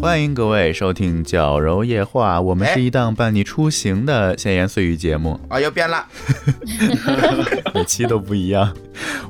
欢迎各位收听《矫揉夜话》，我们哎是一档伴你出行的闲言碎语节 目，啊，又变了，每期都不一样。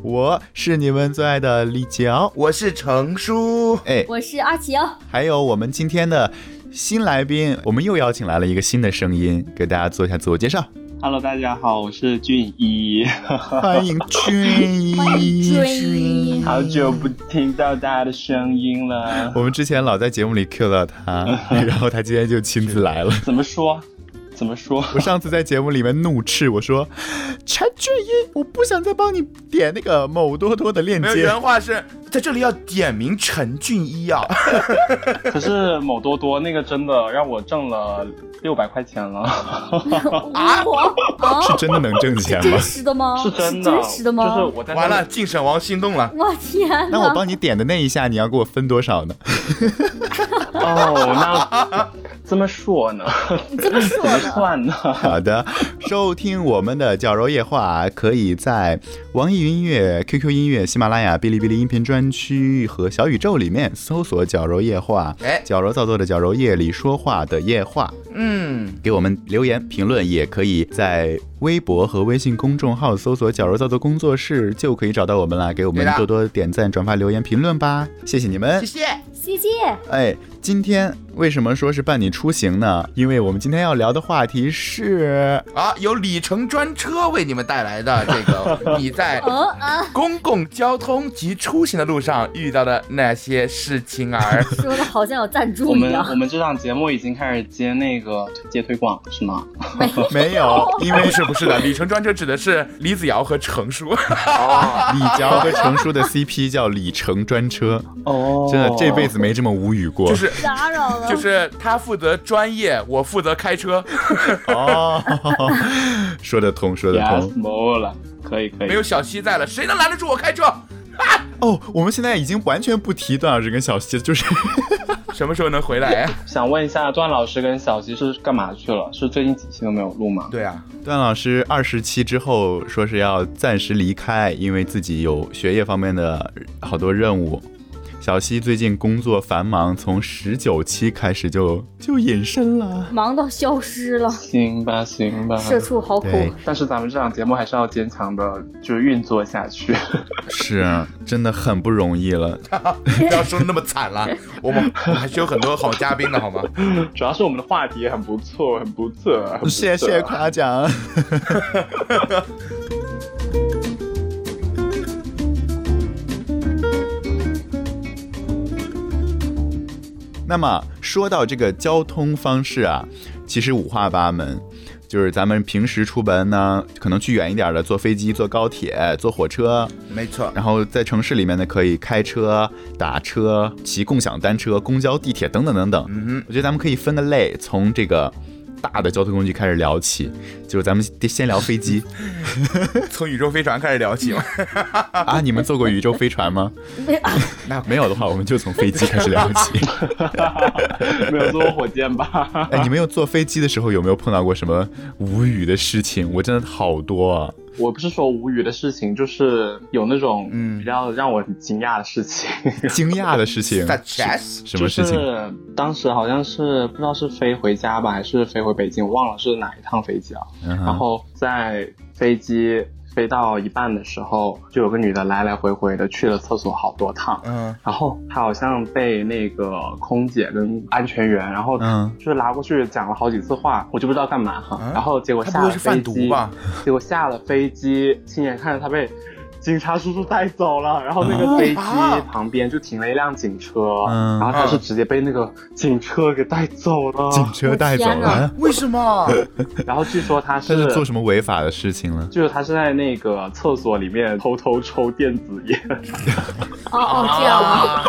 我是你们最爱的李矫，我是程叔，哎，我是阿奇哦，还有我们今天的新来宾，我们又邀请来了一个新的声音，给大家做一下自我介 绍。 Hello，大家好，我是俊一，欢迎君欢迎追君 好久不听到大家的声音了。我们之前老在节目里 cue 到他， 然后他今天就亲自来了。怎么说？怎么说？我上次在节目里面怒斥我说：“陈俊英，我不想再帮你点那个某多多的链 没有接原。话是在这里要点名陈俊一啊，可是某多多那个真的让我挣了六百块钱了，我啊”是真的能挣钱吗 真？实的吗？哦 是真的，真实的吗？就是我 在完了，晋沈王心动了，我天哪！那我帮你点的那一下，你要给我分多少 呢？哦， 那这么说呢？你这么说怎么的，算呢？好的，收听我们的《矫揉夜话》，可以在网易云音乐、QQ 音乐、喜马拉雅、哔哩哔哩音频专区和小宇宙里面搜索“矫揉夜话”，哎矫揉造作的矫揉夜里说话的夜话，嗯，给我们留言评论，也可以在微博和微信公众号搜索“矫揉造作工作室”就可以找到我们啦。给我们对的多多点赞、转发、留言、评论吧，谢谢你们谢。谢，谢谢。哎，今天为什么说是伴你出行呢？因为我们今天要聊的话题是啊，由里程专车为你们带来的这 个你在哦啊，公共交通及出行的路上遇到的那些事情啊儿，说的好像有赞我助一们我样。们这档节目已经开始接那个接推广了是吗？ 没有，因为哦不是不 是的，里程专车指的是李子瑶和程叔，李娇和程叔的 CP 叫李程专车，哦，真的这辈子没这么无语过。就是打扰了，就是他负责专业，我负责开车，哦， 说得通，说得 yes 通。 more 了，可以可以没有。小西在了，谁能拦得住我开车？哦，我们现在已经完全不提段老师跟小西，就是什么时候能回来？啊想问一下，段老师跟小吉是干嘛去了？是最近几期都没有录吗？对啊，段老师二十期之后说是要暂时离开，因为自己有学业方面的好多任务。小西最近工作繁忙，从十九期开始就就隐身了。忙到消失了，行吧，行吧。社畜好苦。对但是咱们这档节目还是要坚强的，就是运作下去。是，啊真的很不容易了。 不要说的那么惨了，我们我们还是有很多好嘉宾的好吗？ 主要是我们的话题很不错，很不错。啊很不错谢谢夸奖。 那么说到这个交通方式啊，其实五花八门。就是咱们平时出门呢，可能去远一点的，坐飞机、坐高铁、坐火车，没错，然后在城市里面呢，可以开车、打车、骑共享单车、公交、地铁等等等等。嗯我觉得咱们可以分个类，从这个大的交通工具开始聊起，就是咱们先聊飞机哼，从宇宙飞船开始聊起 嘛。啊。你们坐过宇宙飞船吗？ 没啊没有的话，我们就从飞机开始聊起。 没有坐过火箭吧？哎，你们有坐飞机的时候有没有碰到过什么无语的事情？我真的好多啊！ 我不是说无语的事情，就是有那种嗯比较让我很惊讶的事情。惊讶的事情 Such as 什么事情就？是当时好像是不知道是飞回家吧，还是飞回北京，我忘了是哪一趟飞机了。啊嗯哼然后在飞机飞到一半的时候，就有个女的来来回回的去了厕所好多趟，嗯，然后她好像被那个空姐跟安全员，然后嗯就是拉过去讲了好几次话，我就不知道干嘛哈。啊然后结果她下不了会是飞贩毒机，吧？ 结果下了飞机，亲眼看着她被。 警察叔叔带走了，然后那个飞机啊旁边就停了一辆警车，嗯然后她是直接被那个警车给带走了。警车带走我天了哪，为什么？然后据说他她是是做什么违法的事情了？就是他是在那个厕所里面偷偷抽电子烟，哦哦这样啊，啊！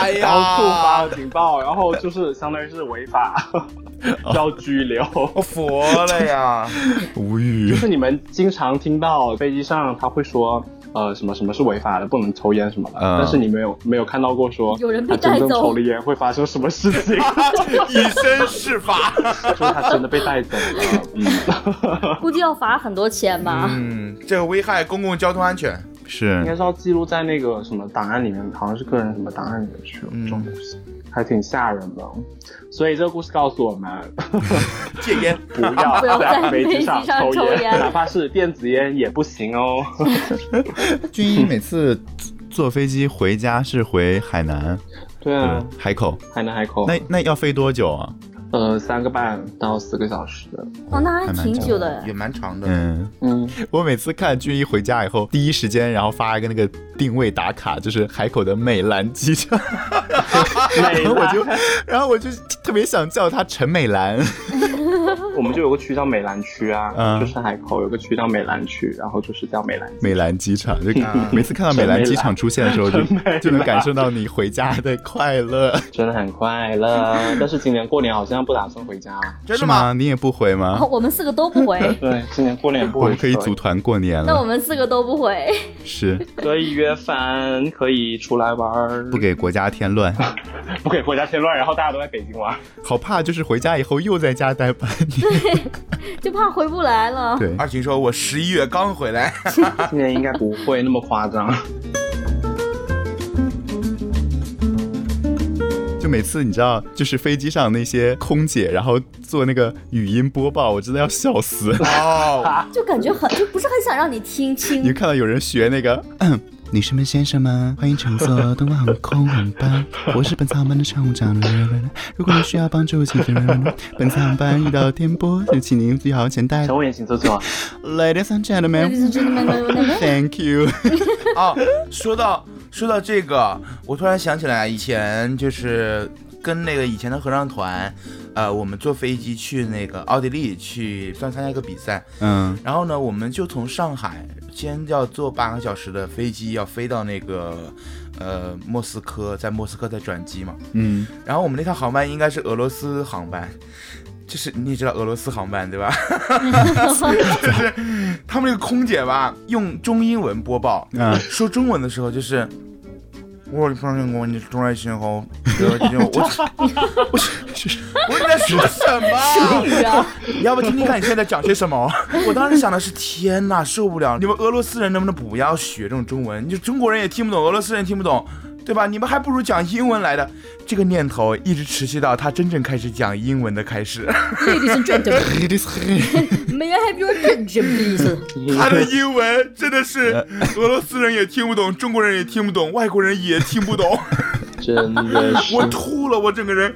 哎然后触呀，发警报，然后就是相当于是违法，要拘留。我服了呀！无语就。是你们经常听到飞机上他会说。呃，什么什么是违法的，不能抽烟什么的。嗯但是你没有没有看到过说有人被他真正带走抽了烟会发生什么 事情， 以身试法。就是他真的被带走了。嗯，估计要罚很多钱吧。 嗯，这个危害公共交通安全。应该是是要记录在那个什么档案里面，好像是个人什么档案里面去了、嗯这种东西。还挺吓人的。所以这个故事告诉我们，戒 烟不要啊不要在在飞飞机机上上抽抽烟哪怕是电子烟也不行哦。俊一每次坐飞机回家是回海南，对啊嗯，，海口。海南海口，那那要飞多久啊？呃，三个半到四个小时。哦，那还还蛮挺长久的也，蛮长的。嗯，嗯，我每次看俊一回家以后，第一时间然后发一个那个定位打卡，就是海口的美兰机场， 美然后我兰，就，然后我就特别想叫她陈美兰。我们就有个区叫美兰区啊，嗯就是海口有个区叫美兰区，然后就是叫美兰区。 美兰机场，就啊每次看到美兰机场出现的时候， 就真美兰就能感受到你回家的快乐，真的很快 乐，但是今年过年好像不打算回家啊了。，真是的吗？吗？你也不回哦吗？我们四个都不回对，今年过年不我回们去可以了组团过年那我了，们四个都不回，是可以约饭，可以出来玩儿，不给国家添乱。 不给国家添乱，然后大家都在北京玩。好怕就是回家以后又在家待半 年。就怕回不来了。对，二群说：“我十一月刚回来。今年应该不会那么夸张。就每次你知道，就是飞机上那些空姐，然后做那个语音播报，我真的要笑死。”哦，就感觉很就不是很想让你听你清，看到有人学那个。嗯女士们、先生们，欢迎乘坐东方空航班。我是本次航班的商务长。如果您需要帮助，请随便。本次航班遇到颠簸，就请您系好安全带小。五眼行厕所， Ladies and gentlemen, 就是真的没有那个 thank you。哦，说到说到这个，我突然想起来，以前就是跟那个以前的合唱团，呃，我们坐飞机去那个奥地利去，算参加一个比赛。嗯，然后呢，我们就从上海先要坐八个小时的飞机，要飞到那个呃莫斯科，在莫斯科再转机嘛。嗯，然后我们那趟航班应该是俄罗斯航班，就是你也知道俄罗斯航班对吧？ 就是他们那个空姐吧，用中英文播报，啊 说中文的时候就是。我碰见过你中来新红，我我我你在说什么？ 语啊，你要不听听看你现在讲些什么？我当时想的是，天哪，受不了！你们俄罗斯人能不能不要学这种中文？你就中国人也听不懂，俄罗斯人也听不懂，对吧？你们还不如讲英文来的。这个念头一直持续到他真正开始讲英文的开始， Ladies and gentlemen, may I have your attention, please? 他的英文真的是俄罗斯人也听不懂，中国人也听不懂，外国人也听不懂，真的 是我吐了，我整个人，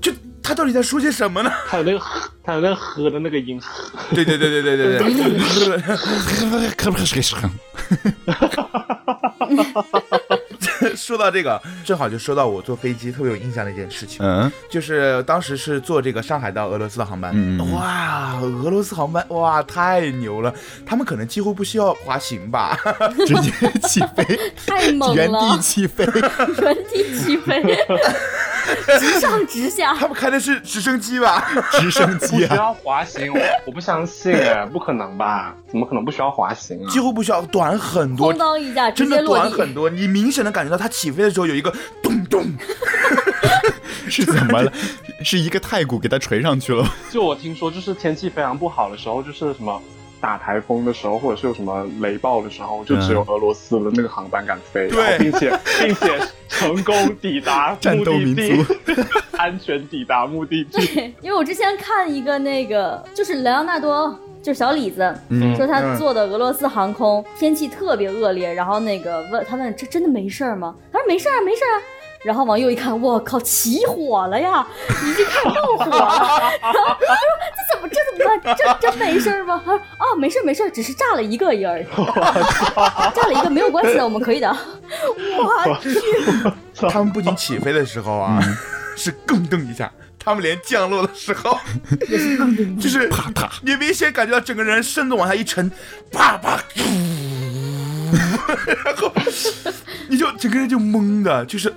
就他到底在说些什么呢？他有那个他有那个喝的那个音， 对对对对对对对。 说到这个，正好就说到我坐飞机特别有印象的一件事情，嗯，就是当时是坐这个上海到俄罗斯的航班，嗯嗯嗯哇，俄罗斯航班哇太牛了，他们可能几乎不需要滑行吧，直接起飞，太猛原地了，起飞。原地起飞，直上直 下，他们开的是直升机吧？直升不机需啊！要滑行，我我不相信哎，不可能吧？怎么可能不需要滑行啊几？乎不需要，短很多咣，当一下直真接的落短很地，多，你明显的感觉到它起飞的时候有一个咚咚，是怎么了？是一个太鼓给它锤上去了吗？就我听说，就是天气非常不好的时候，就是什么。打台风的时候，或者是有什么雷暴的时候，嗯就只有俄罗斯的那个航班敢飞，对然后并且并且成功抵达战目斗的民地族， 安全抵达目的地。 对， 因为我之前看一个那个就是莱昂纳多。就是小李子嗯说他嗯坐的俄罗斯航空，天气特别恶劣，然后那个问他问这真的没事儿吗？他说没事儿啊，没事儿啊。然后往右一看，我靠，起火了呀， 已经开始冒火了。 这怎么这怎么办？这真没事儿吗？他说啊，没事儿没事儿，只是炸了一个人儿， 炸了一个没有关系的，我们可以的。 哇， 他们不仅起飞的时候啊，嗯 是更蹬一下。他们连降落的时候 也是更蹬，就是啪嗒，你明显感觉到整个人身子往下一沉，啪啪， 然后 你就整个人就懵的，就是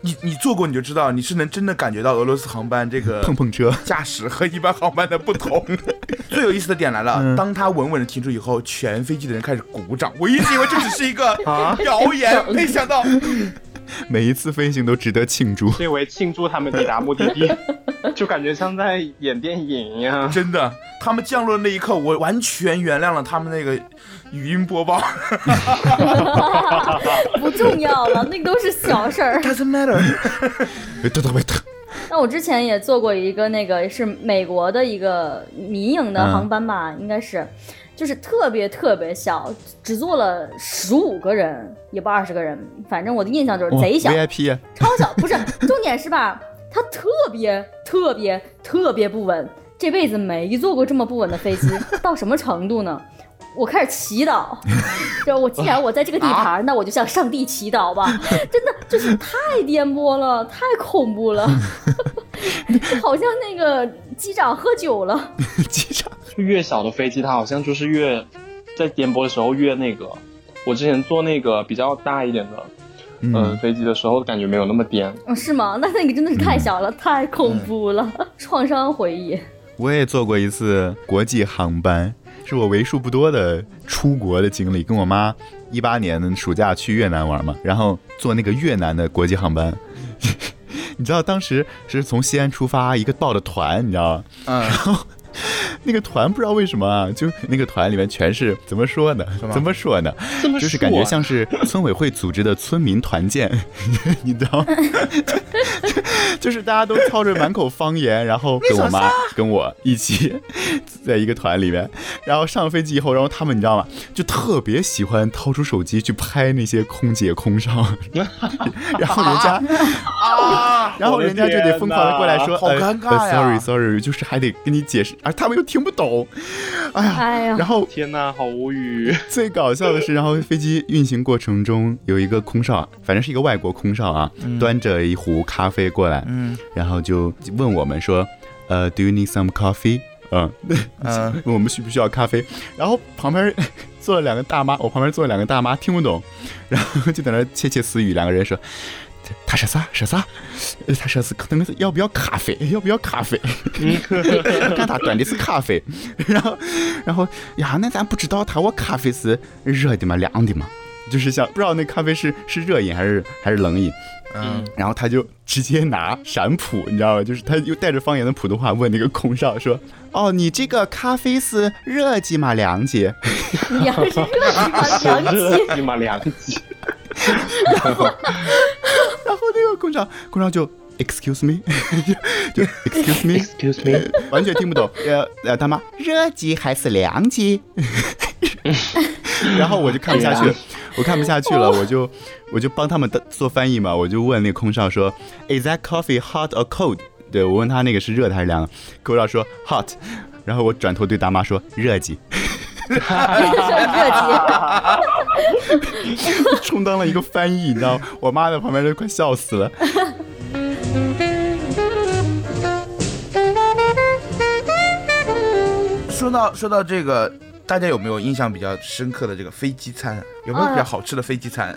你你坐过你就知道，你是能真的感觉到俄罗斯航班这 个碰碰车，驾驶和一般航班的不 同。最有意思的点来了，嗯当他稳稳的停住以后，啊 全飞机的人开始鼓掌。我一直以为这只是一个谣言，没想到每一次飞行都值得庆祝。是因为庆祝他们抵达目的 地，就感觉像在演电影一样。 真的，他们降落那一刻，我完全原谅了他们那个语音播报。 不重要了，那都是小事儿。 Doesn't matter。别动它，别动。那我之前也做过一个那个是美国的一个民营的航班吧，应该是，就是特别特别小，只坐了十五个人，也不二十个人，反正我的印象就是哇贼小， VIP 啊超小。不是，重点是吧，它特别特别特别不稳，这辈子没坐过这么不稳的飞机，到什么程度呢？我开始祈祷，就我既然我在这个地盘，那我就向上帝祈祷吧。真的就是太颠簸了，太恐怖了，就好像那个机长喝酒了。 机长越小的飞机，它好像就是越在颠簸的时候越那个。我之前坐那个比较大一点的，嗯、嗯飞机的时候感觉没有那么颠。嗯，是吗？那那个真的是太小了，太恐怖了，创伤回忆。我也坐过一次国际航班，是我为数不多的出国的经历。跟我妈一八年暑假去越南玩嘛，然后坐那个越南的国际航班。 你知道当时是从西安出发，一个报的团，你知道吗？嗯，那个团不知道为什么啊，就那个团里面全是怎么说呢什？么怎么说呢？这么啊就是说感觉像是村委会组织的村民团建， 你知道吗？ 就是大家都操着满口方言，然后跟我妈跟我一起 在一个团里面，然后上飞机以后，然后他们你知道吗？就特别喜欢掏出手机去拍那些空姐空少， 然后人家啊，然后人家就得疯狂的过来说，我的天哪呃好尴尬呀呃 s o r r y sorry，就是还得跟你解释，啊而他们又听不懂，哎呀，哎呀，然后天呐，好无语！ 最搞笑的是，然后飞机运行过程中有一个空少，反正是一个外国空少啊，端着一壶咖啡过来，嗯然后就问我们说，呃，Do you need some coffee？嗯，嗯， 问我们需不需要咖啡？然后旁边坐了两个大妈，我旁边坐了两个大妈听不懂，然后就在那窃窃私语，两个人说。他说啥？说啥？呃他说是可能是要不要咖啡？要不要咖啡？ 看他端的是咖啡，然后，然后呀，那咱不知道他我咖啡是热的吗？凉的吗？就是想不知道那咖啡是是热饮还是还是冷饮。啊嗯，然后他就直接拿陕普，你知道吗？就是他又带着方言的普通话问那个空少说：“哦，你这个咖啡是热鸡吗？凉 鸡凉是热啊气吗？凉气。你妈良机！？”然后那个空少空少就 “excuse me”，就就 “excuse me”。 Excuse me， 完全听不懂。呃呃，他妈热鸡还是凉鸡？ 然后我就看不下去了，我看不下去了，我就我就帮他们做翻译嘛，我就问那个空少说，Is that coffee hot or cold？对我问他那个是热的还是凉的，空少说 hot，然后我转头对大妈说热鸡， 热充当了一个翻译，你知道吗，我妈在旁边都快笑死了。说到说到这个，大家有没有印象比较深刻的这个飞机餐？有没有比较好吃的飞机餐？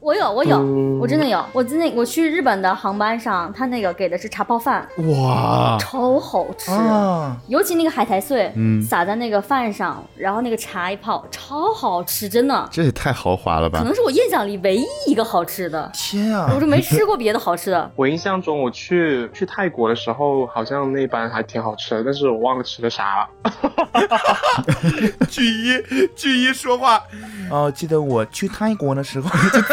我有，我有，我真的有。我真的，我去日本的航班上，他那个给的是茶泡饭，哇，超好吃。啊，尤其那个海苔碎，嗯撒在那个饭上，然后那个茶一泡，超好吃，真的，这也太豪华了可 吧！能是我印象里唯一一个好吃的，天我啊！就没吃过别的好吃的。 我印象中我去去泰国的时候，好像那班还挺好吃的，但是我忘了吃的啥了。巨一 巨一说话，哦，记得我去泰国的时 候，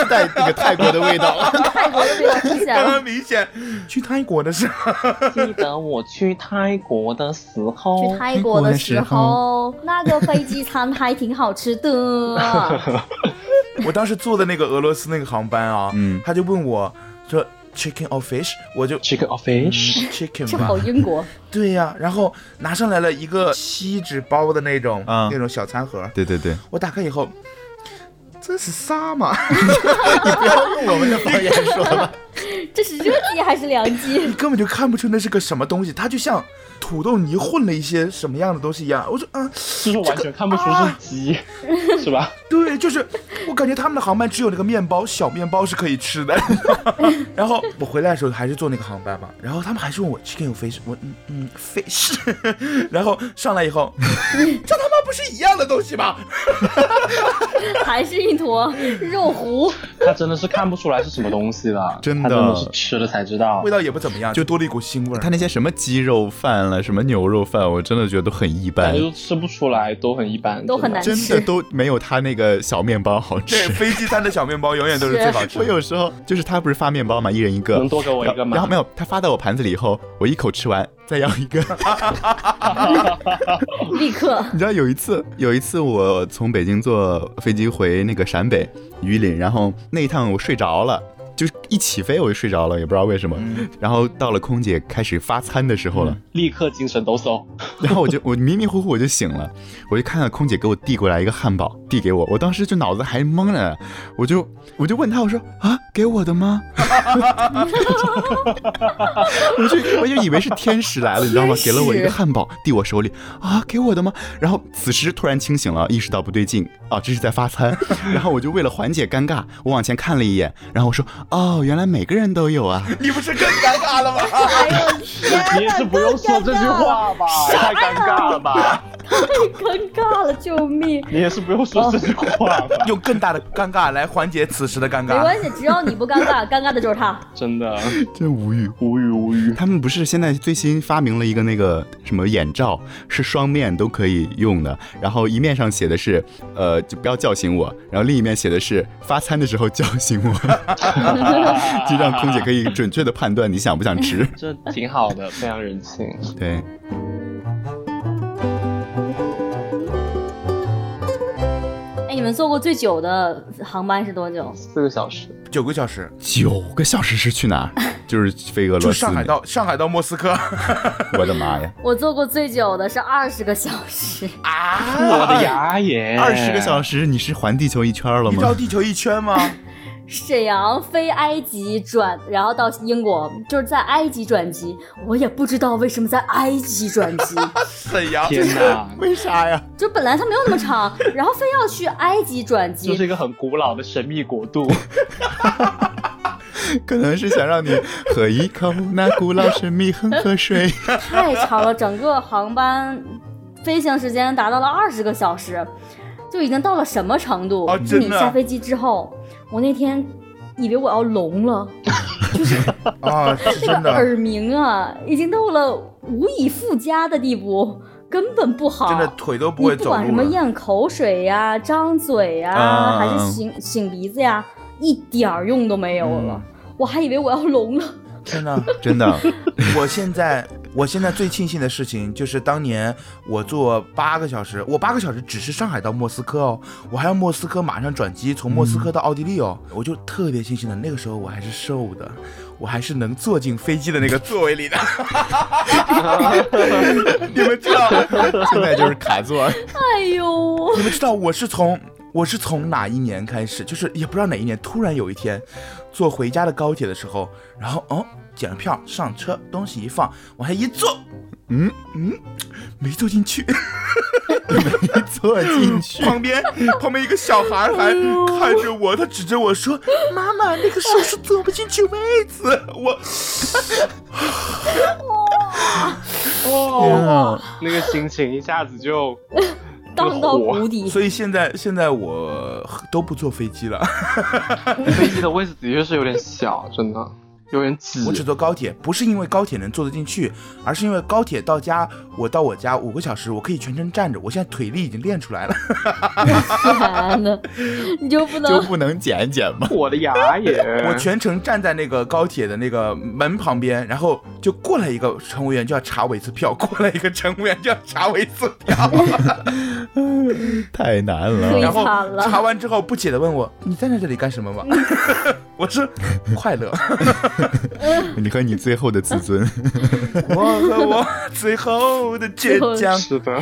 带那个泰国的味道， 泰国的味道出现刚了，刚明显去泰国的时候，记得我去泰国的时候去泰国的时候，那个飞机餐还挺好吃的。我当时坐的那个俄罗斯那个航班啊，嗯他就问我说 chicken or fish，我就 Chicken or fish？ chicken 正吧好，英国，对呀、然后拿上来了一个锡纸包的那种、啊那种小餐盒，对对对，我打开以后，这是啥 嘛？不要用我们的方言 说了。这是热鸡还是凉鸡？ 你根本就看不出那是个什么东西，它就像土豆泥混了一些什么样的东西一样。我说，嗯，就是完全看不出是 鸡，是吧？对，就是我感觉他们的航班只有那个面包，小面包是可以吃的。 然后我回来的时候还是坐那个航班嘛，然后他们还是问我 chicken 有 fish，我嗯嗯 fish，然 后上来以后， 这他妈不是一样的东西吗？还是一坨肉糊，他真的是看不出来是什么东西的， 真的他真的是吃了才知道味。道也不怎么样，就多了一股腥味儿。他那些什么鸡肉饭了，什么牛肉饭，我真的觉得都很一般感觉，都吃不出来，都很一般，都很真的难真吃的。都没有他那个小面包好吃对，。飞机餐的小面包永远都是最好吃 我的。有时候就是他不是发面包嘛，一人一个，能多给我一个吗然后没有，他发到我盘子里以后，我一口吃完，再要一 个。立刻你知道有一次，有一次我从北京坐飞机回那个陕北榆林，然后那一趟我睡着了。就一起飞我就睡着了，也不知道为什么。嗯然后到了空姐开始发餐的时候了，立刻精神抖擞。 然后我就我迷迷糊糊我就醒了，我就看到空姐给我递过来一个汉堡，递给我，我当时就脑子还懵着呢，我就我就问她，我说啊，给我的吗？ 我就我就以为是天使来了，你知道吗天？使给了我一个汉堡，递我手里啊，给我的吗？然后此时突然清醒了，意识到不对劲啊，这是在发餐。 然后我就为了缓解尴尬，我往前看了一眼，然后我说哦，原来每个人都有啊。你不是更尴尬了吗？ 你也是不用说这句话吧，太尴尬 了吧？太尴尬了，救命！你也是不用说这句话吧， 用更大的尴尬来缓解此时的尴没尬。关系，只要你不尴 尬，尴尬的就是他。真的真无语。无语无语。他们不是现在最新发明了一个那个什么眼罩，是双面都可以用的，然后一面上写的是，呃，就不要叫醒我，然后另一面写的是发餐的时候叫醒我，就让空姐可以准确的判断你想不想吃。这挺好的，非常人性。对，哎，你们坐过最久的航班是多久？四个小时，九个小时，九个小时是去哪儿？就是飞俄就罗斯上海那，到上海到莫斯科我的妈 呀，我坐过最久的是二十个小时，啊！我的牙耶！二十个小时，时，你是环地球一圈了你绕吗？地球一圈吗？沈阳飞埃及转，然后到英国，就是在埃及转机。我也不知道为什么在埃及转 机，沈阳天 哪！为啥呀？就本来它没有那么长，然后非要去埃及转机，就是一个很古老的神秘国 度， 可能是想让你喝一口那古老神秘恒河水。太长了，整个航班飞行时间达到了二十个小时，就已经到了什么程度？哦就真你的下飞机之后，我那天以为我要聋了，啊，是那真个的，耳鸣啊，已经到了无以复加的地步，根本不好。真的腿都不你会不走管什路么了。咽口水呀、张嘴呀、啊还是擤擤鼻子呀、一点儿用都没有了。嗯我还以为我要聋了，真的， 真的，我现在我现在最庆幸的事情就是当年我坐八个小时，我八个小时只是上海到莫斯科哦，我还要莫斯科马上转机，从莫斯嗯科到奥地利哦，我就特别庆幸的，那个时候我还是瘦的，我还是能坐进飞机的那个座位里的。 哦你们知道，现在就是卡座。哎呦，你们知道我是从我是从哪一年开始，就是也不知道哪一年，突然有一天，坐回家的高铁的时候，然后哦，检了票，上车，东西一放，往下一坐，嗯嗯，没坐进去， 坐嗯进 去。旁边旁边一个小孩儿还看着我，他指着我说：“妈妈，那个叔叔坐不进去位子。”我，哦，那个心情一下子就荡到谷底。所以现在现在我都不坐飞机了，飞机的位置的确是有点小，真的有点挤。我只坐高铁，不是因为高铁能坐得进去，而是因为高铁到家，我到我家五个小时，我可以全程站着，我现在腿力已经练出来了。天 呐，你就不能就不能减减吗？ 我的牙耶！我全程站在那个高铁的那个门旁边，然后就过来一个 乘务员就要查我一次票，过来一个乘务员就要查我一次票。太难可了。以然后惨了查完之后不解的问我：“你站在这里干什么吗？” 我说：“快乐。 你和你最后的自尊，”我和我最后的倔强。是的，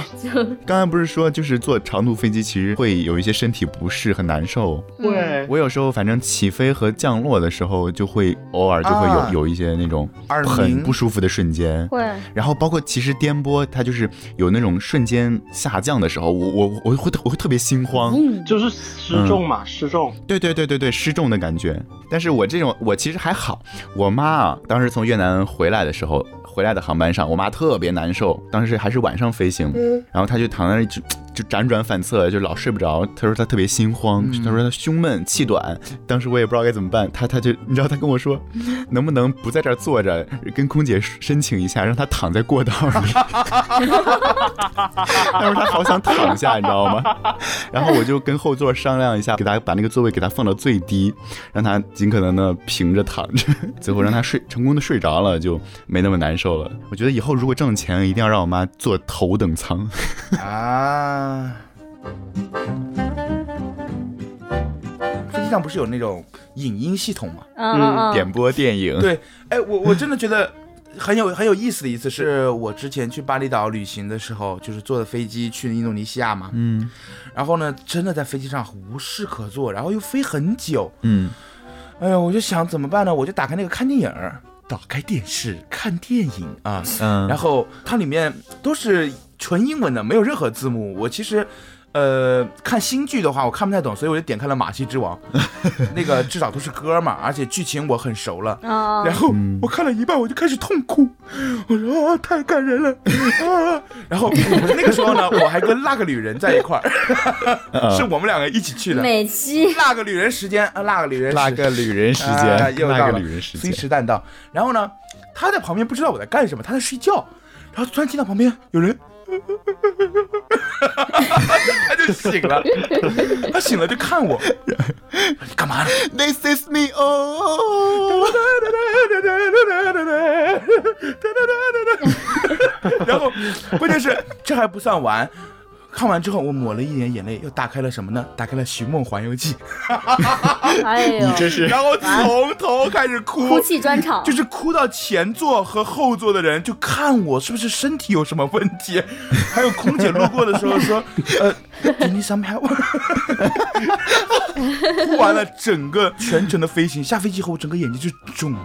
刚才不是说就是坐长途飞机其实会有一些身体不适，很难受。嗯对，我有时候反正起飞和降落的时候，就会偶尔就会有、啊有一些那种耳鸣很不舒服的瞬间。会然后包括其实颠簸，它就是有那种瞬间下降的时候，我我我会我会特别心慌。嗯就是失重嘛，失重。对对对对对，失重的感觉。但是我这种我其实还好，我妈啊，当时从越南回来的时候，回来的航班上，我妈特别难受，当时还是晚上飞行，然后她就躺在那里就就辗转反侧，就老睡不着。她说她特别心慌，她说她胸闷气短，当时我也不知道该怎么办，她她就你知道她跟我说，能不能不在这儿坐着，跟空姐申请一下，让她躺在过道里。 但是她好想躺下，你知道吗？ 然后我就跟后座商量一下，给他把那个座位给他放到最低，让他尽可能的平着躺着， 最后让他睡成功的睡着了，就没那么难受了。我觉得以后如果挣钱，一定要让我妈坐头等 舱。啊！飞机上不是有那种影音系统吗？嗯嗯点嗯，播电影，啊对，哎，我我真的觉得很有很有意思的一次是我之前去巴厘岛旅行的时候，就是坐的飞机去印度尼西亚嘛，嗯然后呢，真的在飞机上无事可做，然后又飞很久， 嗯，哎呀，我就想怎么办呢？我就打开那个看电影儿，打开电视看电影啊，嗯，然后它里面都是纯英文的，没有任何字幕。我其实。呃，看新剧的话，我看不太懂，所以我就点开了《马戏 之王》，那个至少都是歌嘛，而且剧情我很熟了。嗯啊然后我看了一半，我就开始痛哭，我说啊，太感人了啊！然后那个时候呢，我还跟那个女人在一块嗯儿， 是我们两个一起去的。 每期那个女人时间啊，那个女人那时个旅人时啊 间，又那到个了旅人时 虽间，时但到。然后呢，她在旁边不知道我在干什么，她在睡觉，然后突然听到旁边有人。 她就醒了，她醒了就看我，你干嘛呢？ This is me oh，然后关键是这还不算完，看完之后我抹了一点眼泪，又打开了什么呢？打开了《寻梦环游记哎呦你，这是》，然后从头开始哭哭。泣专场就是哭到前座和后座的人就看我是不是身体有什么问题， 还有空姐路过的时候说，呃，Do you need some help？哭完了整个全程的飞行，下飞机后我整个眼睛是肿的。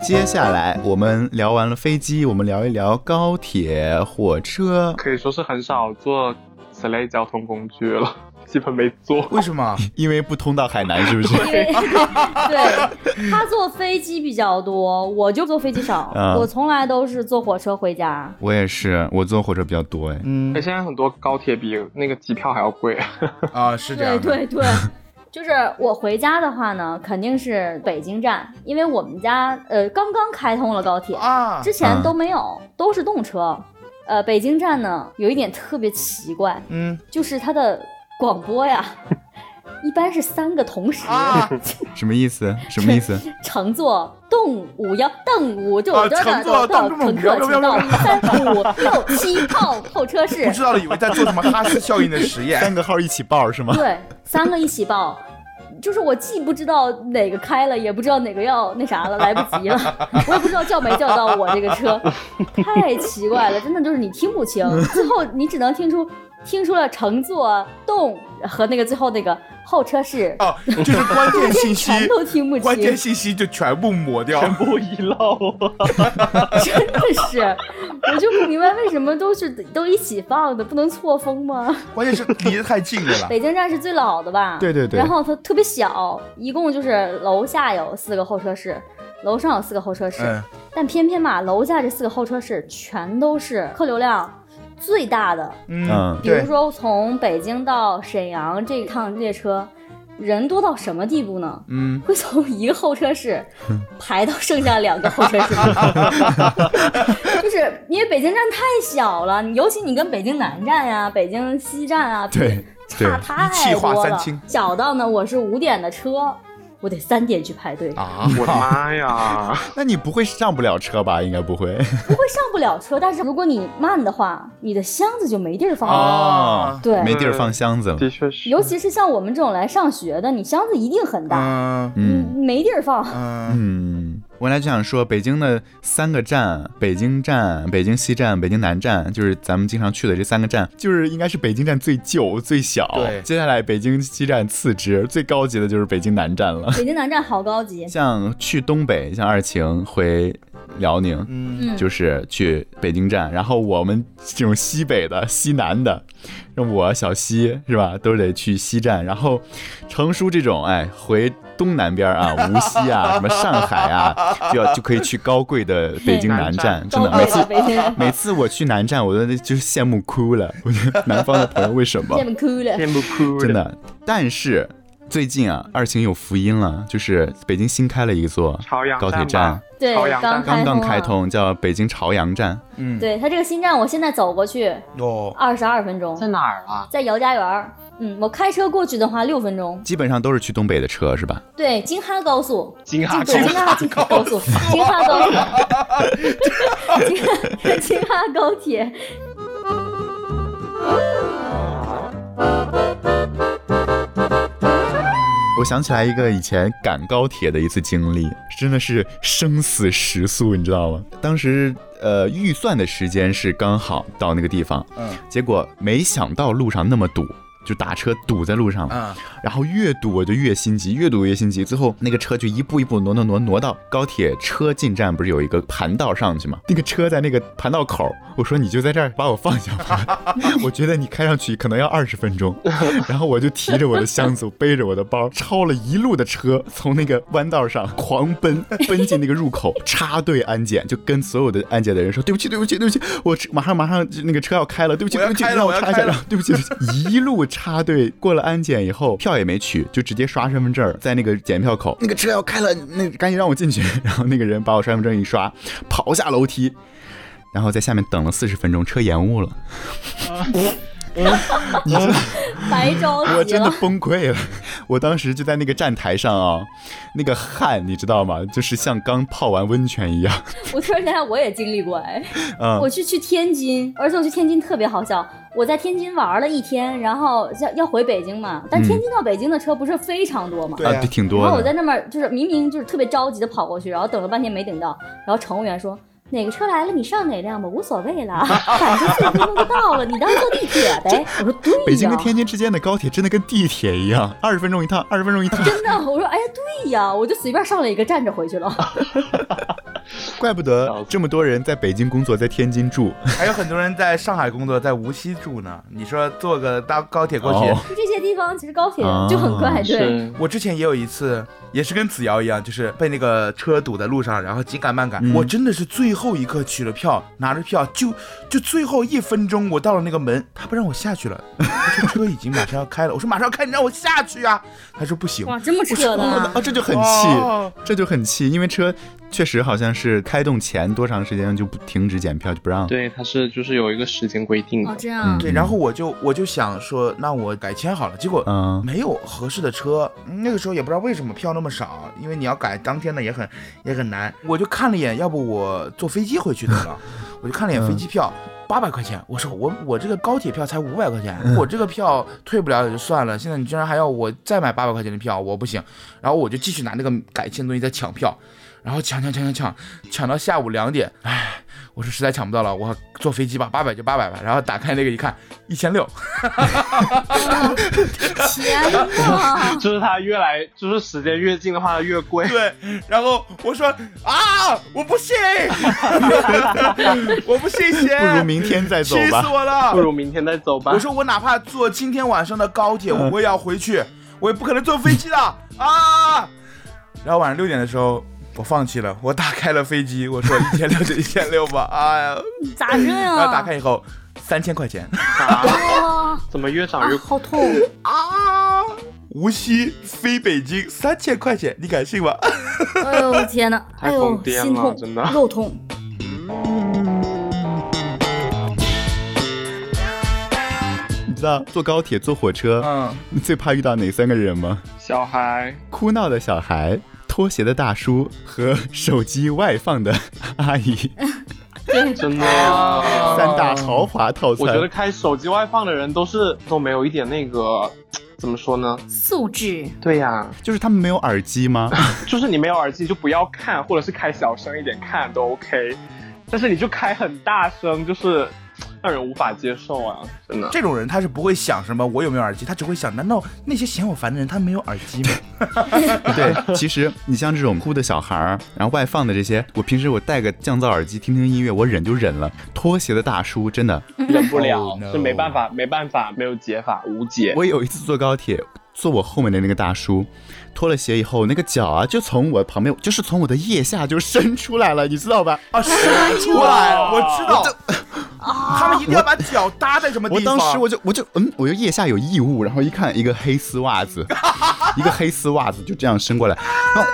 接下来我们聊完了飞机，我们聊一聊高铁、火车，可以说是很少坐此类交通工具了，基本没坐。为什么？因为不通到海南，是不 是？因为 对他坐飞机比较多，我就坐飞机少，嗯我从来都是坐火车回家。我也是，我坐火车比较多哎。嗯哎，现在很多高铁比那个机票还要贵。啊，是这样对的。对对，就是我回家的话呢，肯定是北京站，因为我们家呃刚刚开通了高铁，啊，之前都没有，都是动车。呃，北京站呢有一点特别奇怪，嗯就是它的广 播呀，一般是三个同时。啊，什么意思？什么意思？乘坐动五幺邓五就啊我这儿乘的坐到动乘五幺六客请六到六三五六七号候车不室知。道了，以为在做什么哈斯效应的实验。 三个号一起报是吗？对，三个一起报，就是我既不知道哪个开了，也不知道哪个要那啥了，来不 及了，我也不知道叫没叫到我这个车，太奇怪了，真的就是你听不清，最后你只能听出听出了乘坐动和那个最后那个候车室，哦，就是关键信息，全都听不清，关键信息就全部抹掉。部遗漏，真的是，我就不明白为什么都是都一起放的，不能错峰吗？关键是离得太近了啦。北京站是最老的吧？对对对然后它特别小，一共就是楼下有四个候车室，楼上有四个候车室，嗯，但偏偏嘛，楼下这四个候车室全都是客流量最大的。嗯嗯，比如对，说从北京到沈阳这一趟列车，人多到什么地步呢？嗯，会从一个候 车室排到剩下两个候车室，就是因为北京站太小了，你尤其你跟北京南站呀、北京西站啊，对对差一气太化多三了清。小到呢，我是五点的车，我得三点去排队，啊我的妈呀！ 那你不会上不了车吧？应该不会。不会上不了车。但是如果你慢的话，你的箱子就没地儿放了。哦对，没地儿放箱子了。的确是，嗯尤其是像我们这种来上学的，你箱子一定很大，嗯嗯没地儿放。嗯，嗯，我本来就想说，北京的三个站，北京站、北京西站、北京南站，就是咱们经常去的这三个站，就是应该是北京站最旧、最小。对接下来北京西站次之，最高级的就是北京南站了。北京南站好高级，像去东北，像二晴回辽宁，嗯嗯，就是去北京站，然后我们这种西北的、西南的，像我小西是吧，都得去西站。然后程叔这种，哎，回东南边啊，无锡啊，什么上海啊，就要就可以去高贵的北京南站，真高 的哦贵每次了北京人，每次我去南站，我都就羡慕哭了。我觉得南方的朋友为 什么羡慕哭了。羡慕哭真，的？但是最近啊，二晴有福音了，就是北京新开了一座朝阳高铁站站吧，对，朝阳刚站刚刚啊开。通，叫北京朝阳站。嗯，对它这个新站，我现在走过去哦，二十二分钟，在哪儿啊？在姚家园儿。嗯，我开车过去的话六分钟。基本上都是去东北的车是吧？对，京哈高速，金京哈对京哈京哈高速，京哈高速， 京哈 京哈高铁。我想起来一个以前赶高铁的一次经历，真的是生死时速，你知道吗？当时呃预算的时间是刚好到那个地方，嗯结果没想到路上那么堵，就打车堵在路上了。嗯，然后越堵我就越心急，越堵越心急，最后那个车就一步一步挪挪挪挪到高铁车进站，不是有一个盘道上去吗？那个车在那个盘道口，我说你就在这儿把我放下吧， 我觉得你开上去可能要二十分钟，然后我就提着我的箱子，我背着我的包，超了一路的车，从那个弯道上狂奔，奔进那个入口， 插队安检，就跟所有的安检的人说对不起对不起对不起，我马上马上就那个车要开了，对不起我要对不起，开了让我要插一开下，了让 对不起，对不起一路插队过了安检以后，票也没取，就直接刷身份证儿，在那个检票口，那个车要开了，那赶紧让我进去。 然后那个人把我身份证一刷，跑下楼梯，然后在下面等了四十分钟，车延误了，白着急 了。我真的崩溃了。 我当时就在那个站台上啊、那个汗你知道吗？就是像刚泡完温泉一样。 我突然想想，我也经历过哎，嗯我去去天津，而且我去天津特别好笑。我在天津玩了一天，然后要要回北京嘛，但天津到北京的车不是非常多嘛。对啊啊，对，挺然后嗯多我在的。那边就是明明就是特别着急的跑过去，然后等了半天没等到，然后乘务员说。哪个车来了，你上哪辆吧，无所 谓啦，反正四十分钟就到了，你当坐地铁呗。我说对呀，北京跟天津之间的高铁真的跟地铁一样，二十分钟一趟，二十分钟一 趟。真的，我说哎呀对呀，我就随便上了一个站着回 去了。怪不得这么多人在北京工作，在天津住。还有很多人在上海工作，在无锡住呢。你说坐个搭高铁过去，哦这些地方其实高铁就很快，啊对，是我之前也有一次，也是跟子瑶一样，就是被那个车堵在路上，然后紧赶慢赶。嗯我真的是最后一刻取了票，拿着票就就最后一分钟，我到了那个门，他不让我下去了， 他说车已经马上要开了。我说马上要开，你让我下去啊！他说不行。哇，这么扯的啊啊，！这就很气，哦这就很气，因为车确实好像是开动前多长时间就不停止检票，就不让。嗯对，它是就是有一个时间规定哦，的，这样，对，然后我就我就想说，那我改签好了。结果嗯没有合适的车，那个时候也不知道为什么票那么少，因为你要改当天的也很也很难。我就看了一眼，要不我坐飞机回去得了。我就看了一眼飞机票，八百块钱。我说我我这个高铁票才五百块钱，我这个票退不了也就算了，现在你居然还要我再买八百块钱的票，我不行。然后我就继续拿那个改签的东西在抢票，然后抢抢抢抢抢，抢到下午两点，唉。我说实在抢不到了，我坐飞机吧，八百就八百吧。然后打开那个一看，一千六，天呐，就是它越来就是时间越近的话越贵，对，然后我说啊，我不 信，我不信邪，不如明天再走气 死吧。我了不。如明天再走吧。我说我哪怕坐今天晚上的高铁，嗯我也要回去，我也不可能坐飞机的啊。然后晚上六点的时候，我放弃了，我打开了飞机，我说一千六就一千六吧， 哎呀，咋这样？啊然后打开以啊后三千块钱啊哇怎么越长啊越，好痛！啊，无锡飞北京三千块钱，你敢信吗？哎呦天呐，太哎呦疯癫了心痛真的，肉痛。知道坐高铁、坐火车，嗯，你最怕遇到哪三个人吗？小孩，哭闹的小孩、拖鞋的大叔和手机外放的阿姨，哦真的呀。三大豪华套餐。我觉得开手机外放的人都是都没有一点那个，怎么说呢？素质，对呀、就是他们没有耳机吗？ 就是你没有耳机就不要看，或者是开小声一点看都 OK，但是你就开很大声，就是让人无法接受啊！真 的，这种人他是不会想什么我有没有耳机，他只会想难道 那些嫌我烦的人他没有耳 机吗？对，其实你像这种哭的小孩儿，然后外放的这些，我平时我戴个降噪耳机听听音乐，我忍就忍了。拖鞋的大叔真的，忍不了 Oh, no. 是没办法，没办法，没有解法，无解。我有一次坐高铁，坐我后面的那个大叔，脱了鞋以后，那个脚啊就从我旁边，就是从我的腋下就伸出来了，你知道吧？啊，伸出来，我知道， 他们一定要把脚搭在什么地我方。当时我就我就嗯，我就腋下有异物，然后一看一个黑丝袜子，一个黑丝袜子就这样伸过来，然后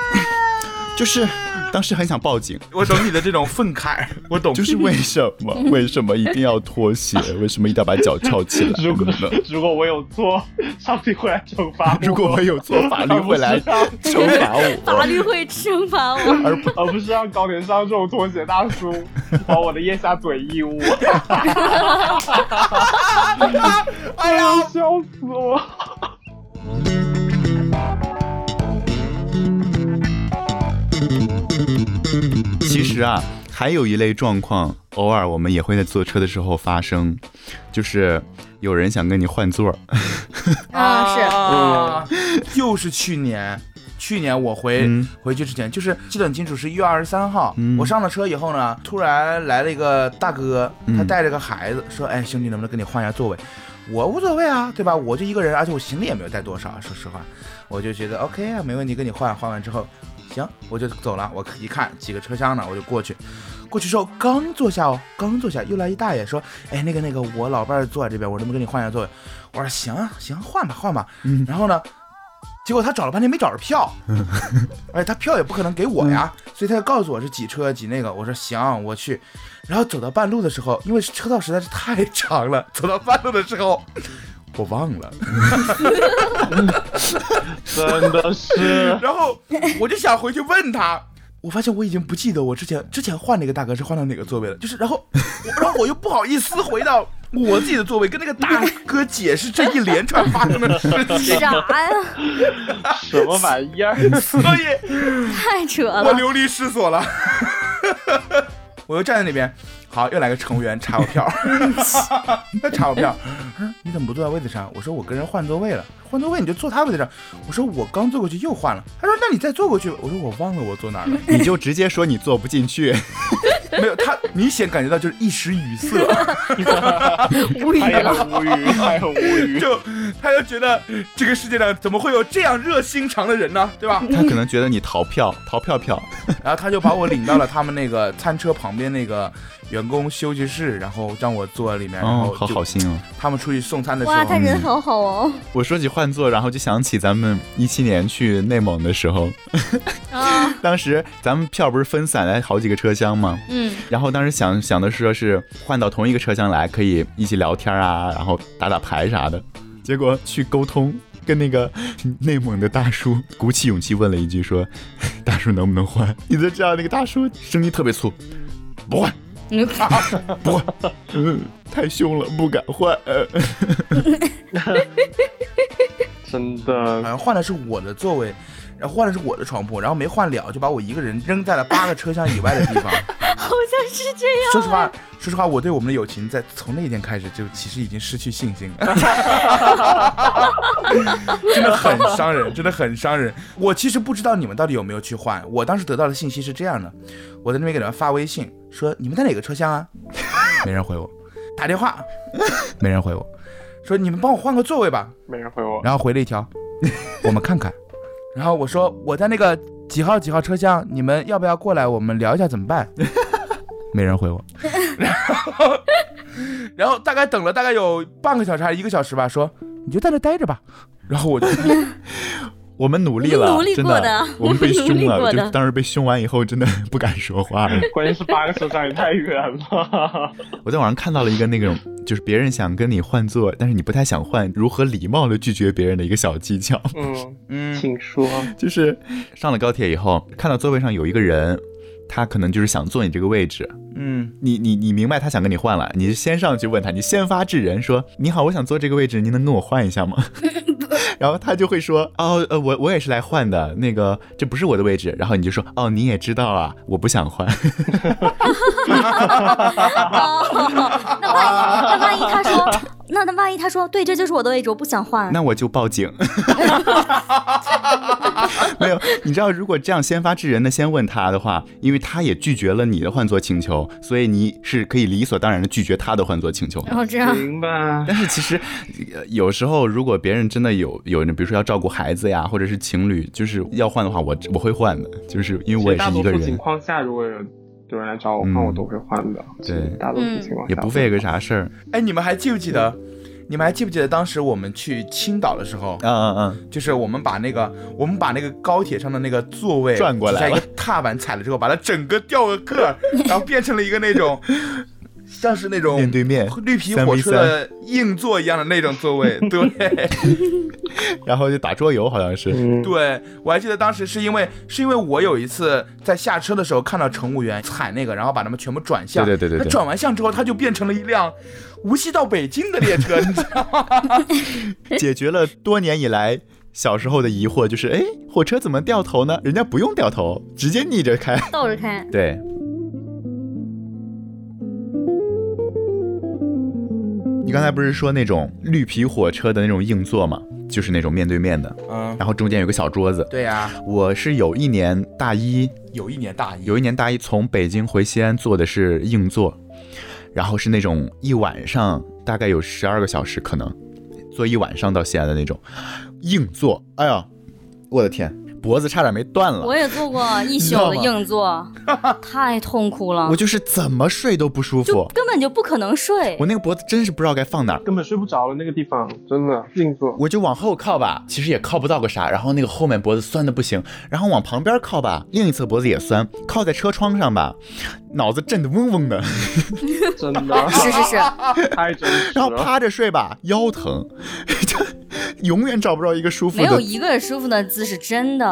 就是当时很想报警，我懂你的这种愤慨，我懂。就是为什么为什么一定要脱鞋？为什么一定要把脚翘起来如果 呢？如果我有错， 上帝会来惩罚我。 如果我有错，法律会来惩罚法我。律会惩罚我。而不而不是让高连上这种拖鞋大叔把我的腋下怼义乌，哎呀，笑死我！其实啊，还有一类状况，偶尔我们也会在坐车的时候发生，就是有人想跟你换座儿，啊，是，就是去年。去年我回、嗯回去之前，就是记得很清楚，是一月二十三号、嗯我上了车以后呢，突然来了一个大哥，他嗯带着个孩子，说：“哎，兄弟，能不能跟你换一下座位？”我无所谓啊，对吧？我就一个人，而且我行李也没有带多少，说实话，我就觉得 OK 啊，没问题，跟你换。换完之后，行，我就走了。我一看几个车厢呢，我就过去。过去之后刚坐下哦，刚坐下，又来一大爷说：“哎，那个那个，我老伴儿坐在这边，我能不能跟你换一下座位？”我说：“行啊，行，换吧，换吧。”然后呢，结果他找了半天没找着票， 而且他票也不可能给我呀，所以他就告诉我是几车几那个。我说行，我去。然后走到半路的时候，因为车道实在是太长了，走到半路的时候。我忘了，真的是，然后我就想回去问他，我发现我已经不记得我之前之前换那个大哥是换到哪个座位了，就是然后，我然后我又不好意思回到我自己的座位，跟那个大哥解释这一连串发生的事情， 啥呀？什么玩意 儿？所以太扯我了！流离失所了。 我又站在那边，好，又来个乘务员查我票，他查我票，嗯，你怎么不坐在位子上？我说我跟人换座位了，换座位你就坐他位子上。我说我刚坐过去又换了，他说那你再坐过去吧。我说我忘了我坐哪儿了，你就直接说你坐不进去。没有他明显感觉到就是一时语塞，无语哎呀，了，很啊无语，哎，很无语。就他就觉得这个世界上怎么会有这样热心肠的人呢，对吧？他可能觉得你逃票，逃票票。然后他就把我领到了他们那个餐车旁边那个员工休息室，然后让我坐里面，然后哦，好就好心哦。他们出去送餐的时候，哇，他人好好哦。我说起换座，然后就想起咱们一七年去内蒙的时候， 啊，当时咱们票不是分散来好几个车厢吗？ 嗯，然后当时想想的是说是换到同一个车厢来，可以一起聊天啊，然后打打牌啥的。结果去沟通，跟那个内蒙的大叔鼓起勇气问了一句说：“ 大叔能不能换？”你都知道那个大叔声音特别粗， 不换， 不换，嗯，太凶了，不敢换。呃嗯好真的，像换的是我的座位，然后换的是我的床铺，然后没换了，就把我一个人扔在了八个车厢以外的地方。 好像是这样。说实话，说实话，我对我们的友情在从那一天开始就其实已经失去信心 了，真的很伤人，真的很伤人。我其实不知道你们到底有没有去换，我当时得到的信息是这样的：我在那边给他们发微信说你们在哪个车厢啊？ 没人回我，打电话，没人回我，说你们帮我换个座位吧。没人回我。然后回了一条， 我们看看。然后我说我在那个几号几号车厢，你们要不要过来？我们聊一下怎么办？ 没人回我。然后，然后大概等了大概有半个小时还是一个小时吧，说你就在这待着吧。然后我就我们努力了，我们努力真过的的，我们被凶 我们努力了，过的就当时被凶完以后，真的不敢说话了。关键是八个手掌也太远了。我在网上看到了一个那种，就是别人想跟你换座，但是你不太想换，如何礼貌的拒绝别人的一个小技巧。嗯，嗯，请说。 就是上了高铁以后，看到座位上有一个人，他可能就是想坐你这个位置，嗯，你你你明白他想跟你换了，你先上去问他，你先发制人说：“你好，我想坐这个位置，您能跟我换一下吗？” 然后他就会说：“哦，呃，我我也是来换的，那个这不是我的位置。”然后你就说：“哦，你也知道啊，我不想换。哦，那万一那万一他说，那那万一他说，对，这就是我的位置，我不想”换。那我就报警。 没有，你知道，如果这样先发制人的先问他的话，因为他也拒绝了你的换座请求，所以你是可以理所当然的拒绝他的换座请求的然。后这样，明白。但是其实呃有时候，如果别人真的有有，比如说要照顾孩子呀，或者是情侣，就是要换的话，我我会换的，就是因为我也大是一多个数情人，况下，如果有有人来找我嗯换，我都会换的。对大多数情况下也不费个。啥事儿。哎，你们还记不记得？你们还记不记得当时我们去青岛的时候，嗯嗯就是我们把那个我们把那个高铁上的那个座位转过来底下了一个踏板踩了之后，把它整个掉个个儿，然后变成了一个 那种像是那嗯，种面对面，绿皮火车的硬座一样的那种 座位，对然后就打桌游，好像是。嗯，对，我还记得当时是因为是因为我有一次在下车的时候看到乘务员踩那个，然后把他们全部转向，对对对对对他转完向之后，他就变成了一辆无锡到北京的列 车，你知道吗？解决了多年以来小时候的疑惑，就是哎，火车怎么掉头呢？人家不用掉头，直接逆着开。倒着 开，对，你刚才不是说那种绿皮火车的那种硬座吗？就是那种面对面的，嗯，然后中间有个小桌子。对呀、我是有一年大一，有一年大一，有一年大一从北京回西安坐的是硬座，然后是那种一晚上大概有十二个小时，可能坐一晚上到西安的那种硬座。哎呀，我的天，脖子差点没断了。我也做过一宿的硬座，太痛苦了我，就是怎么睡都不舒就服，根本就不可能睡我。那个脖子真是不知道该放哪儿，根本睡不着了，那个地方真的硬座。我就往后靠吧，其实也靠不到个啥，然后那个后面脖子酸的不行，然后往旁边靠吧，另一侧脖子也酸，靠在车窗上吧，脑子震得嗡嗡的。真 的是是是，太真实然后了。趴着睡吧，腰疼，就永远找不着一个舒服没有的。一个舒服的姿势，真的。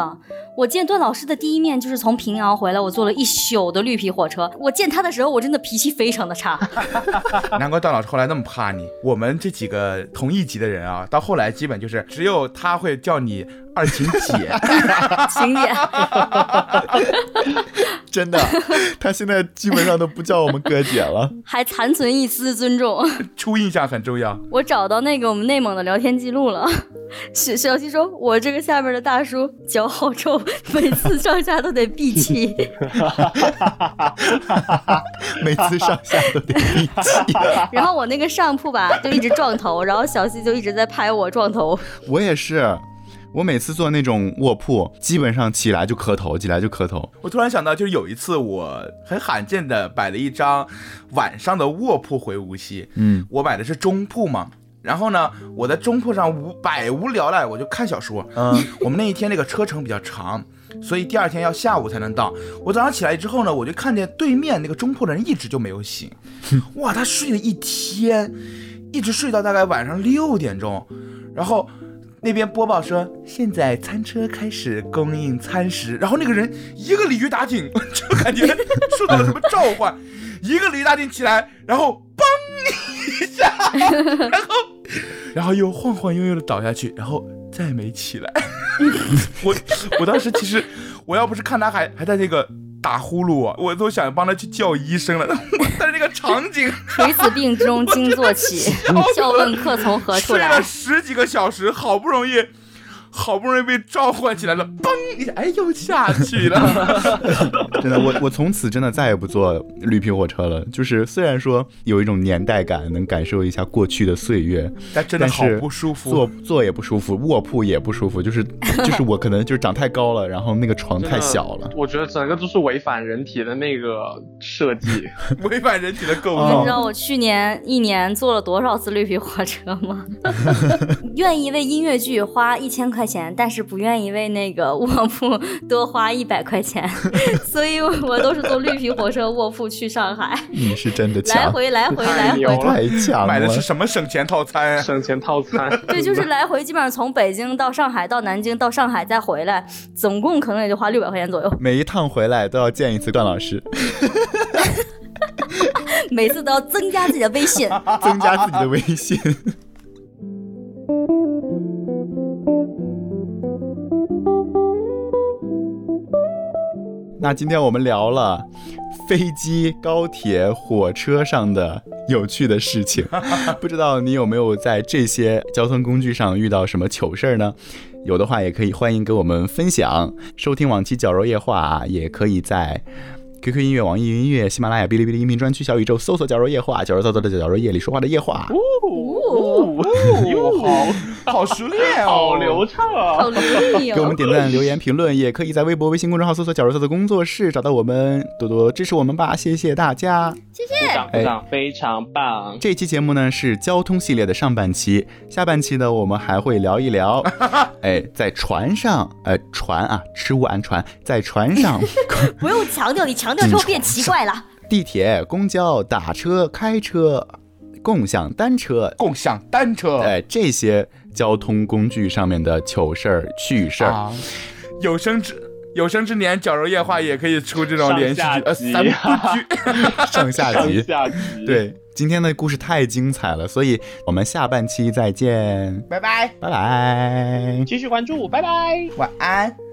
我见段老师的第一面就是从平遥回来，我坐了一宿的绿皮火车。我见他的时候，我真的脾气非常 的差。难怪段老师后来那么怕你。我们这几个同一级的人啊，到后来基本就是只有他会叫你二琴姐， 晴姐，真的，他现在基本上都不叫我们哥姐了。还残存一丝尊重。初印象很重要。我找到那个我们内蒙的聊天记录了。小小西说：“我这个下面的大叔脚好臭，每次上下都得 闭气。每次上下都得闭气。然后我那个上铺吧，就一直撞头，然后小西就一直在拍我撞头。 我也是，我每次坐那种卧铺，基本上起来就磕头，起来就磕头。我突然想到，就是有一次我很罕见的摆了一张晚上的卧铺回无锡，嗯，我买的是中铺嘛。然后呢，我在中铺上无百无聊赖，我就看小说。嗯， 我们那一天那个车程比较长，所以第二天要下午才能到。我早上起来之后呢，我就看见对面那个中铺的人一直就没有醒，哇，他睡了一天，一直睡到大概晚上六点钟，然后那边播报说现在餐车开始供应餐食，然后那个人一个鲤鱼打挺， 就感觉受到了什么召唤，一个鲤鱼打挺起来，然后嘣一下，然后然后又晃晃悠悠的倒下去，然后再没起来。 我我当时其实我要不是看他还还在那个。打呼噜啊！我都想帮他去叫医生了， 但是那个场景垂死病中惊 坐起，笑问客从何处睡了来。十几个小时，好不容易，好不容易被召唤起来了，嘣一下，哎，又下去 了。真的，我我从此真的再也不坐绿皮火车了。就是虽然说有一种年代感，能感受一下过去的岁月，但真的但好是不舒服。坐坐也不舒服，卧铺也不舒服，就是就是我可能就是长太高了，然后那个床太小了。我觉得整个就是违反人体的那个 设计。违反人体的构你哦造。 们知道我去年 一年坐了多少次绿皮火车吗？愿意为音乐剧花一千块钱，但是不愿意为那个卧铺多花一百 块钱，所以我都是坐绿皮火车卧铺去上海，你嗯是真的来强，回来回来太回牛，了太强了，买的是什么省钱套 餐啊？省钱套餐。对，就是来回基本上从北京到上海到南京到上海再回来，总共可能也就花六百块钱左右，每一趟回来都要见一次段老 师，每次都要增加自己的 微信。增加自己的微信。那今天我们聊了飞机、高铁、火车上的有趣的事 情，不知道你有没有在这些交通工具上遇到什么糗事儿呢？有的话也可以欢迎给我们分享。收听往期《绞肉夜话》啊，也可以在 QQ 音乐、网易云音乐、喜马拉雅、哔哩哔哩音频专区、小宇宙搜索“绞肉夜话”，绞肉造作的绞肉夜里说话的夜话。 哦，哦好好熟练哦，好流畅啊！好流利给我哦们！点赞、留言、评论，也可以在微博、微信公众号搜索“绞肉造作工作室”找到我们，多多支持我们吧，谢谢大家。鼓掌鼓掌，非常棒！这期节目呢是交通系列的上半期，下半期呢我们还会聊一聊，哎，在船上，呃，船啊，吃勿安船，在船上不用强调，你强调之后变奇怪了。地铁、公交、打车、开车、共享单车，共享单车。哎，这些交通工具上面的糗事儿、趣事儿。啊，有生之有生之年，绞肉夜话也可以出这种连续剧，呃，上三下集啊部剧。上下 上集。下集，对，今天的故事太精彩了，所以我们下半期再见， 拜拜，拜拜。继续关注，拜拜。晚安。